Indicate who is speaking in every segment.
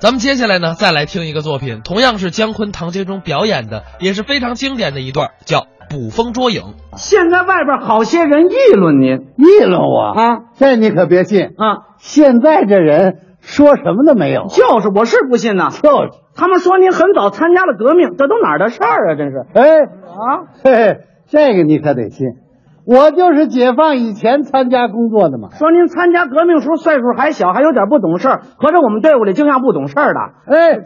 Speaker 1: 咱们接下来呢，再来听一个作品，同样是姜昆、唐杰忠表演的，也是非常经典的一段，叫《捕风捉影》。
Speaker 2: 现在外边好些人议论您
Speaker 3: 议论我
Speaker 2: 啊，
Speaker 3: 这你可别信！
Speaker 2: 啊，
Speaker 3: 现在这人说什么都没有，
Speaker 2: 就是我是不信呐。
Speaker 3: 就是
Speaker 2: 他们说您很早参加了革命，这都哪儿的事儿啊？这是
Speaker 3: 哎
Speaker 2: 啊，
Speaker 3: 嘿嘿，这个你可得信。我就是解放以前参加工作的嘛。
Speaker 2: 说您参加革命时候岁数还小，还有点不懂事儿，合着我们队伍里经常不懂事儿的。
Speaker 3: 哎，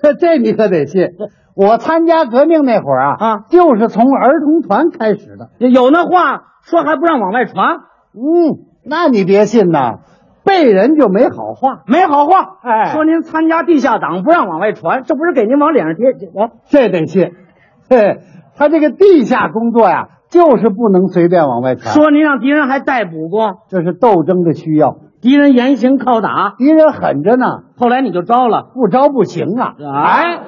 Speaker 3: 这这你可得信。我参加革命那会儿啊，
Speaker 2: 啊
Speaker 3: 就是从儿童团开始的。
Speaker 2: 有那话说还不让往外传，
Speaker 3: 嗯，那你别信呐，背人就没好话。
Speaker 2: 没好话。
Speaker 3: 哎
Speaker 2: 说您参加地下党不让往外传，这不是给您往脸上贴？这啊
Speaker 3: 这得信。嘿，他这个地下工作呀，就是不能随便往外传。
Speaker 2: 说您让敌人还逮捕过，
Speaker 3: 这是斗争的需要，
Speaker 2: 敌人严刑拷打，
Speaker 3: 敌人狠着呢，
Speaker 2: 后来你就招了。
Speaker 3: 不招不行啊！
Speaker 2: 哎，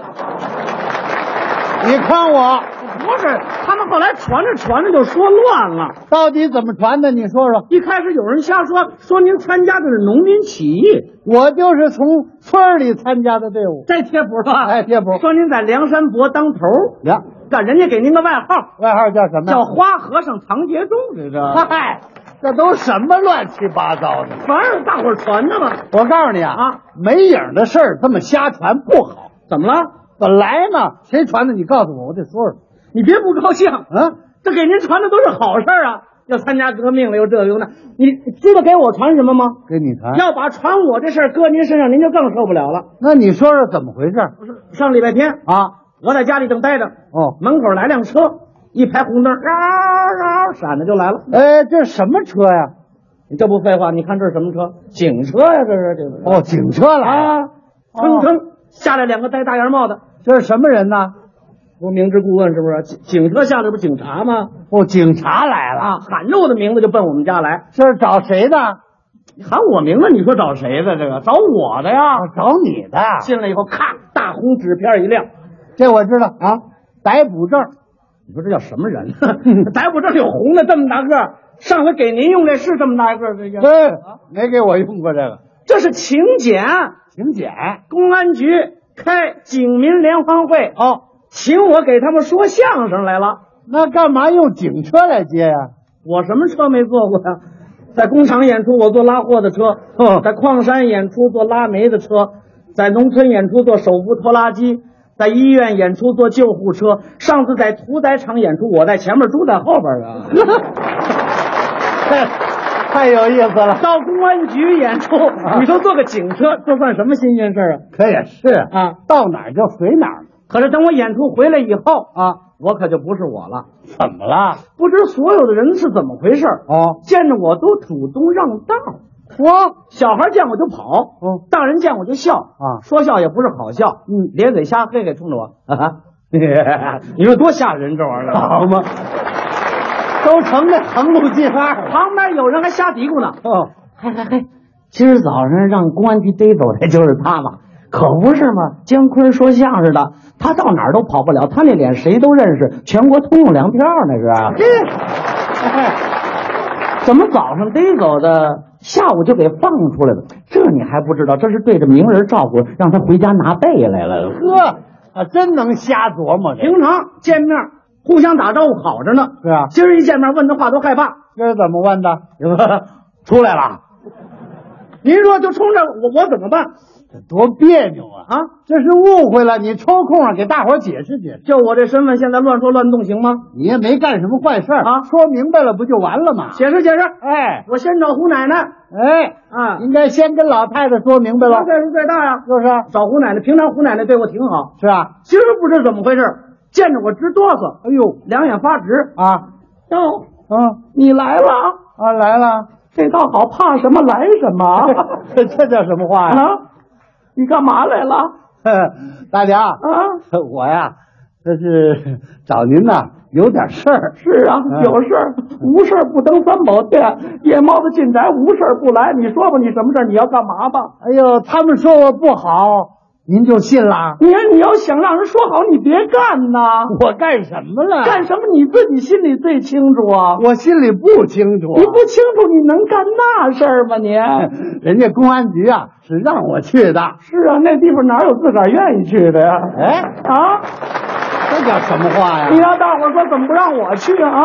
Speaker 3: 你看我
Speaker 2: 不是，他们后来传着传着就说乱了。
Speaker 3: 到底怎么传的？你说说，
Speaker 2: 一开始有人瞎说，说您参加的是农民起义，
Speaker 3: 我就是从村儿里参加的队伍。
Speaker 2: 这贴谱吧？
Speaker 3: 哎贴谱
Speaker 2: 说您在梁山伯当头，
Speaker 3: 呀，
Speaker 2: 干人家给您个外号
Speaker 3: 外号叫什么呀？
Speaker 2: 叫花和尚唐杰忠，这是。
Speaker 3: 嗨，这都什么乱七八糟的？
Speaker 2: 反正大伙儿传的嘛。
Speaker 3: 我告诉你啊，
Speaker 2: 啊
Speaker 3: 没影儿的事儿这么瞎传不好。
Speaker 2: 怎么了？
Speaker 3: 本来嘛，谁传的？你告诉我，我得说说。
Speaker 2: 你别不高兴，
Speaker 3: 嗯，
Speaker 2: 这给您传的都是好事儿啊。要参加革命了，又这又那，你知道给我传什么吗？
Speaker 3: 跟你谈。
Speaker 2: 要把传我这事儿搁您身上，您就更受不了了。
Speaker 3: 那你说说怎么回事儿
Speaker 2: 上礼拜天，
Speaker 3: 啊？
Speaker 2: 我在家里正待着，
Speaker 3: 哦，
Speaker 2: 门口来辆车，一排红灯，嗷嗷闪着就来了。
Speaker 3: 哎，这什么车呀？
Speaker 2: 你这不废话？你看这是什么车？警车呀、这是这是
Speaker 3: 哦，警车来了。
Speaker 2: 啊！蹭蹭下来两个戴大檐帽的，
Speaker 3: 这是什么人呢？
Speaker 2: 不明知故问是不是？警警车下来不是警察吗？
Speaker 3: 哦，警察来了。
Speaker 2: 啊，喊着我的名字就奔我们家来，
Speaker 3: 这是找谁的？啊
Speaker 2: 喊我名字，你说找谁的？这个找我的呀！
Speaker 3: 啊，找你的。
Speaker 2: 进来以后，咔，大红纸片一 亮，
Speaker 3: 这我知道啊，逮捕证。
Speaker 2: 你说这叫什么人？ 逮捕证有红的这么大个儿，上回给您用这是这么大个儿，这个
Speaker 3: 对，啊没给我用过这个。
Speaker 2: 这是请柬，
Speaker 3: 请柬。
Speaker 2: 公安局开警民联欢会，
Speaker 3: 哦，
Speaker 2: 请我给他们说相声来了。
Speaker 3: 那干嘛用警车来接呀、
Speaker 2: 我什么车没坐过呀？在工厂演出，我坐拉货的车；
Speaker 3: 哦
Speaker 2: 在矿山演出，坐拉煤的车；在农村演出，坐手扶拖拉机；在医院演出，坐救护车。上次在屠宰场演出，我在前面，猪在后边啊。
Speaker 3: 太有意思了。
Speaker 2: 到公安局演出，你说坐个警车，这算什么新鲜事儿啊？
Speaker 3: 可也是
Speaker 2: 啊，
Speaker 3: 到哪儿就随哪儿
Speaker 2: 可是等我演出回来以后，
Speaker 3: 啊。
Speaker 2: 我可就不是我了。
Speaker 3: 怎么了？
Speaker 2: 不知所有的人是怎么回事儿，
Speaker 3: 哦，
Speaker 2: 见着我都主动让道。
Speaker 3: 我
Speaker 2: 小孩见我就跑，
Speaker 3: 嗯
Speaker 2: 大人见我就笑
Speaker 3: 啊
Speaker 2: 说笑也不是好笑，
Speaker 3: 嗯
Speaker 2: 咧嘴瞎嘿嘿冲着我， 哈哈，你说多吓人这 玩意儿，
Speaker 3: 好嘛，都成那横路进二了。
Speaker 2: 旁边有人还瞎嘀咕呢，
Speaker 3: 哦，
Speaker 2: 嘿嘿嘿，今儿早上让公安局逮走的就是他嘛，可不是嘛，姜昆说相声的，他到哪儿都跑不了，他那脸谁都认识，全国通用粮票那是啊，怎么早上逮走的，下午就给放出来了？这你还不知道？这是对着名人照顾，让他回家拿被来了。
Speaker 3: 呵，啊，真能瞎琢磨这。
Speaker 2: 平常见面互相打招呼好着呢，
Speaker 3: 是啊
Speaker 2: 今儿一见面问的话都害怕。
Speaker 3: 这是怎么问的？
Speaker 2: 出来了，您说就冲着我，我怎么办
Speaker 3: 这多别扭啊！
Speaker 2: 啊？
Speaker 3: 这是误会了，你抽空啊给大伙儿解释解释。
Speaker 2: 就我这身份，现在乱说乱动行吗？
Speaker 3: 你也没干什么坏事儿
Speaker 2: 啊
Speaker 3: 说明白了不就完了吗？
Speaker 2: 解释解释，
Speaker 3: 哎
Speaker 2: 我先找胡奶奶
Speaker 3: 哎，
Speaker 2: 啊，
Speaker 3: 应该先跟老太太说明白
Speaker 2: 我
Speaker 3: 了，
Speaker 2: 岁数最大呀、
Speaker 3: 就是
Speaker 2: 找胡奶奶。平常胡奶奶对我挺好，
Speaker 3: 是啊。
Speaker 2: 今儿不知怎么回事，见着我直哆嗦，
Speaker 3: 哎呦
Speaker 2: 两眼发直。
Speaker 3: 啊
Speaker 2: 哟，
Speaker 3: 嗯
Speaker 2: 你来了啊！
Speaker 3: 啊来了，
Speaker 2: 这倒好，怕什么来什 么啊
Speaker 3: 这 这叫什么 话呀？
Speaker 2: 啊！你干嘛来了
Speaker 3: 哼 大娘，
Speaker 2: 啊？
Speaker 3: 我呀，这是 找您呐，有点事儿。
Speaker 2: 是啊
Speaker 3: 嗯，
Speaker 2: 有事儿无事儿不登三宝殿，夜猫子进宅无事儿不来。你说吧，你什么事儿？你要干嘛吧？
Speaker 3: 哎呦，他们说我不好，您就信啦？
Speaker 2: 你看，你要想让人说好，你别干呐！
Speaker 3: 我干什么了
Speaker 2: 干什么你自己心里最清楚啊！
Speaker 3: 我心里不清楚啊。
Speaker 2: 你不清楚，你能干那事儿吗？你
Speaker 3: 人家公安局啊是让我去的，
Speaker 2: 是啊，那地方哪有自个儿愿意去的呀？
Speaker 3: 哎
Speaker 2: 啊！
Speaker 3: 这叫什么话
Speaker 2: 你
Speaker 3: 呀？
Speaker 2: 让大伙儿说怎么不让我去啊？啊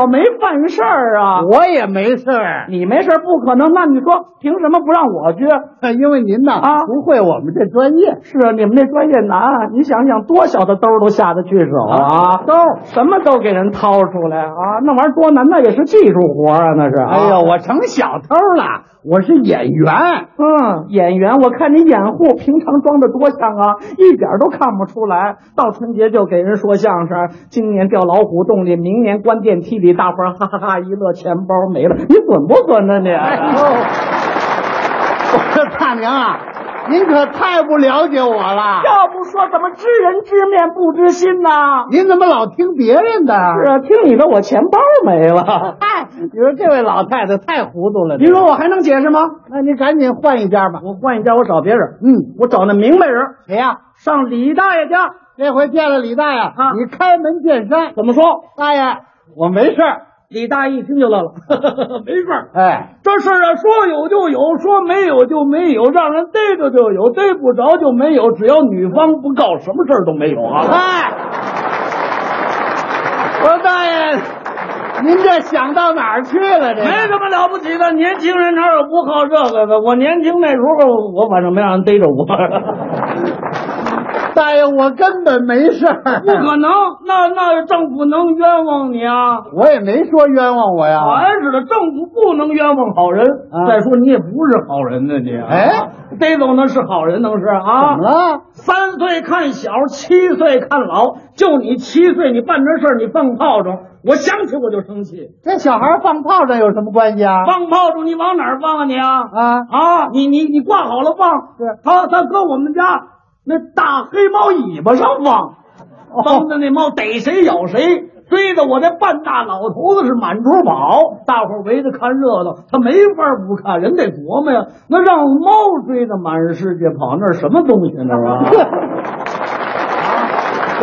Speaker 2: 我没犯事儿啊！
Speaker 3: 嗯我也没事儿，
Speaker 2: 你没事儿不可能，那你说凭什么不让我去？
Speaker 3: 因为您呐
Speaker 2: 啊
Speaker 3: 不会我们这专业，
Speaker 2: 是啊，你们那专业难，你想想多小的兜儿都下得去手啊，兜什么都给人掏出来啊，那玩意儿多难，那也是技术活儿啊，那是。
Speaker 3: 哎呦，，我成小偷了，我是演员。
Speaker 2: 嗯，演员，我看你掩护平常装的多像啊，一点儿都看不出来。到春节就给人说相声，今年掉老虎洞里，明年关电梯里，大伙儿哈哈哈一乐，钱包没了，你损不损呢你？
Speaker 3: 哎呦，我说大娘啊，您可太不了解我了。
Speaker 2: 要不说怎么知人知面不知心呐？
Speaker 3: 您怎么老听别人的？
Speaker 2: 是啊，听你的，我钱包没了。
Speaker 3: 嗨，你说这位老太太太糊涂了。
Speaker 2: 您说我还能解释吗？
Speaker 3: 那您赶紧换一家吧。
Speaker 2: 我换一家，我找别人。
Speaker 3: 嗯，
Speaker 2: 我找那明白人，
Speaker 3: 谁呀、
Speaker 2: 上李大爷家。
Speaker 3: 这回见了李大爷，
Speaker 2: 啊
Speaker 3: 你开门见山。
Speaker 2: 怎么说？
Speaker 3: 大爷，我没事儿。
Speaker 2: 李大爷一听就乐了， 没事儿，
Speaker 3: 哎，
Speaker 2: 这事儿啊，说有就有，说没有就没有，让人逮着就有，逮不着就没有。只要女方不告，什么事儿都没有 啊。
Speaker 3: 嗨，我说大爷，您这想到哪儿去了？这个
Speaker 2: 没什么了不起的，年轻人哪有不好这个的？我年轻那时候，我反正没让人逮着 过。
Speaker 3: 大爷，我根本没事儿。
Speaker 2: 不可能，那那政府能冤枉你啊？
Speaker 3: 我也没说冤枉我呀。
Speaker 2: 好像似的，政府不能冤枉好人。
Speaker 3: 啊
Speaker 2: 再说你也不是好人呢，你
Speaker 3: 哎，
Speaker 2: 逮走那是好人，能是
Speaker 3: 怎
Speaker 2: 啊
Speaker 3: 么？了？
Speaker 2: 三岁看小，七岁看老。就你七岁，你办这事儿，你放炮仗，我想起我就生气。
Speaker 3: 这小孩放炮仗有什么关系啊？
Speaker 2: 放炮仗，你往哪儿放啊你啊？
Speaker 3: 啊，
Speaker 2: 啊，你你你挂好了放，
Speaker 3: 是
Speaker 2: 他他搁我们家那大黑猫尾巴上放，帮着那猫逮谁咬谁，追着我这半大老头子是满处跑，大伙儿围着看热闹，他没法不看，人得琢磨呀，那让猫追着满世界跑，那是什么东西那是？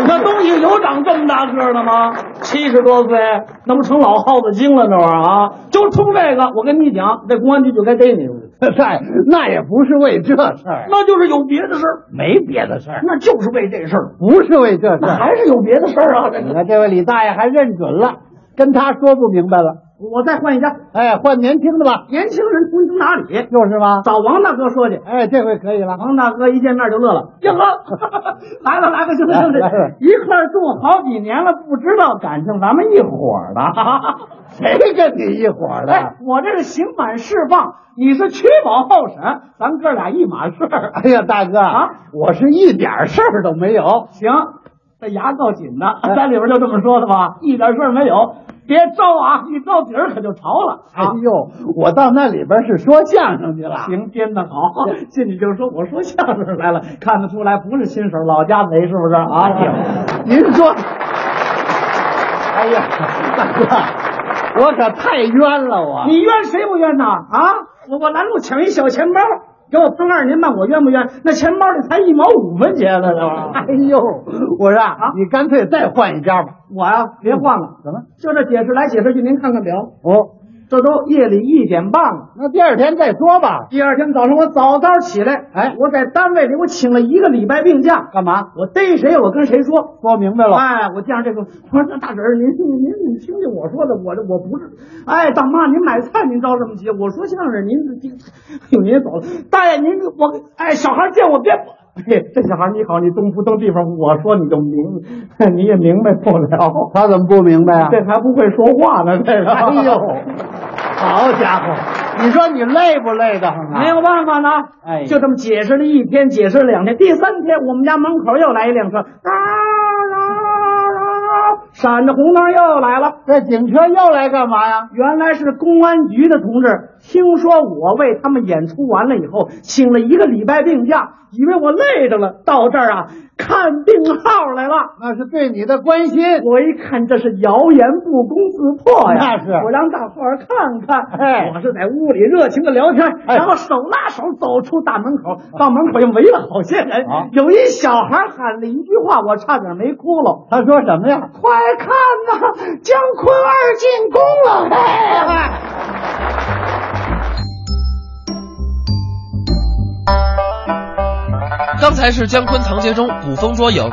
Speaker 2: 那东西有长这么大个儿的吗？七十多岁，那不成老耗子精了那玩意儿啊！就冲这个，我跟你讲，这公安局就该逮你。
Speaker 3: 大爷，那也不是为这事儿，啊
Speaker 2: 那就是有别的事儿，
Speaker 3: 没别的事儿，
Speaker 2: 那就是为这事儿，
Speaker 3: 不是为这事
Speaker 2: 那
Speaker 3: 儿。
Speaker 2: 还是有别的事儿啊！这
Speaker 3: 你
Speaker 2: 个，
Speaker 3: 看这位李大爷还认准了，跟他说不明白了。
Speaker 2: 我再换一家，
Speaker 3: 哎，换年轻的吧，
Speaker 2: 年轻人通情达理，
Speaker 3: 就是吗？
Speaker 2: 找王大哥说去。
Speaker 3: 哎，这回可以了。
Speaker 2: 王大哥一见面就乐了，哟呵， 来了来了，兄弟兄弟
Speaker 3: 来了，
Speaker 2: 一块儿住好几年了，不知道感情咱们一伙儿的。
Speaker 3: 谁跟你一伙儿
Speaker 2: 哎
Speaker 3: 的？，
Speaker 2: 我这是刑满释放，你是取保候审，咱哥俩一码事 儿。
Speaker 3: 哎呀，大哥
Speaker 2: 啊，
Speaker 3: 我是一点事儿都没有。
Speaker 2: 行，这牙够紧的，在里边就这么说的吧，一点事儿没有。别招啊，一招底儿可就潮了
Speaker 3: 哎
Speaker 2: 啊！
Speaker 3: 呦，我到那里边是说相声去了。
Speaker 2: 行，编得好， 进去就说我说相声来了，看得出来不是新手，老家贼是不是啊？
Speaker 3: 哎呦，您说，哎呀，大哥，我可太冤了我。
Speaker 2: 你冤谁不冤呐？啊，我我拦路抢一小钱包，给我坑二年半，我冤不冤？那钱包里才一毛五分钱呢，这玩意儿
Speaker 3: 哎呦，我说啊
Speaker 2: 啊，
Speaker 3: 你干脆再换一家吧。
Speaker 2: 我呀、别晃了，
Speaker 3: 怎么？
Speaker 2: 就这解释来解释去，您看看表，
Speaker 3: 哦，
Speaker 2: 这都夜里一点半了。
Speaker 3: 那第二天再说吧。
Speaker 2: 第二天早上我早早起来，
Speaker 3: 哎
Speaker 2: 我在单位里我请了一个礼拜病假，
Speaker 3: 干嘛？
Speaker 2: 我逮谁我跟谁说。
Speaker 3: 说明白了。
Speaker 2: 哎，我见着这个，我说大婶儿，您您您听听我说的，我这我不是，哎，大妈，您买菜您着什么急？我说相声，您这，哎呦，您走了，大爷您我，哎，小孩见我别，
Speaker 3: 啊
Speaker 2: 嘿，这小孩你好，你动不动地方，我说你就明， 你也明白不了，
Speaker 3: 他怎么不明白啊
Speaker 2: 这还不会说话呢，这个，
Speaker 3: 哎 呦，好家伙！你说你累不累的很啊？
Speaker 2: 没有办法呢，
Speaker 3: 哎
Speaker 2: 就这么解释了一天，解释了两天，第三天我们家门口又来一辆车，啊啊啊！闪着红灯又来了。
Speaker 3: 这警车又来干嘛呀？
Speaker 2: 原来是公安局的同志，听说我为他们演出完了以后，请了一个礼拜病假，以为我累着了，到这儿啊，看病号来了。
Speaker 3: 那是对你的关心。
Speaker 2: 我一看这是谣言不攻自破呀！
Speaker 3: 那是
Speaker 2: 我让大伙儿看看。
Speaker 3: 哎
Speaker 2: 我是在屋里热情的聊天，
Speaker 3: 哎
Speaker 2: 然后手拉手走出大门口，到门口又围了好些人。
Speaker 3: 啊
Speaker 2: 有一小孩喊了一句话，我差点没哭了。
Speaker 3: 他说什么呀？
Speaker 2: 快看呐、姜昆二进宫了！哎，
Speaker 1: 刚才是姜昆、唐杰忠捕风捉影，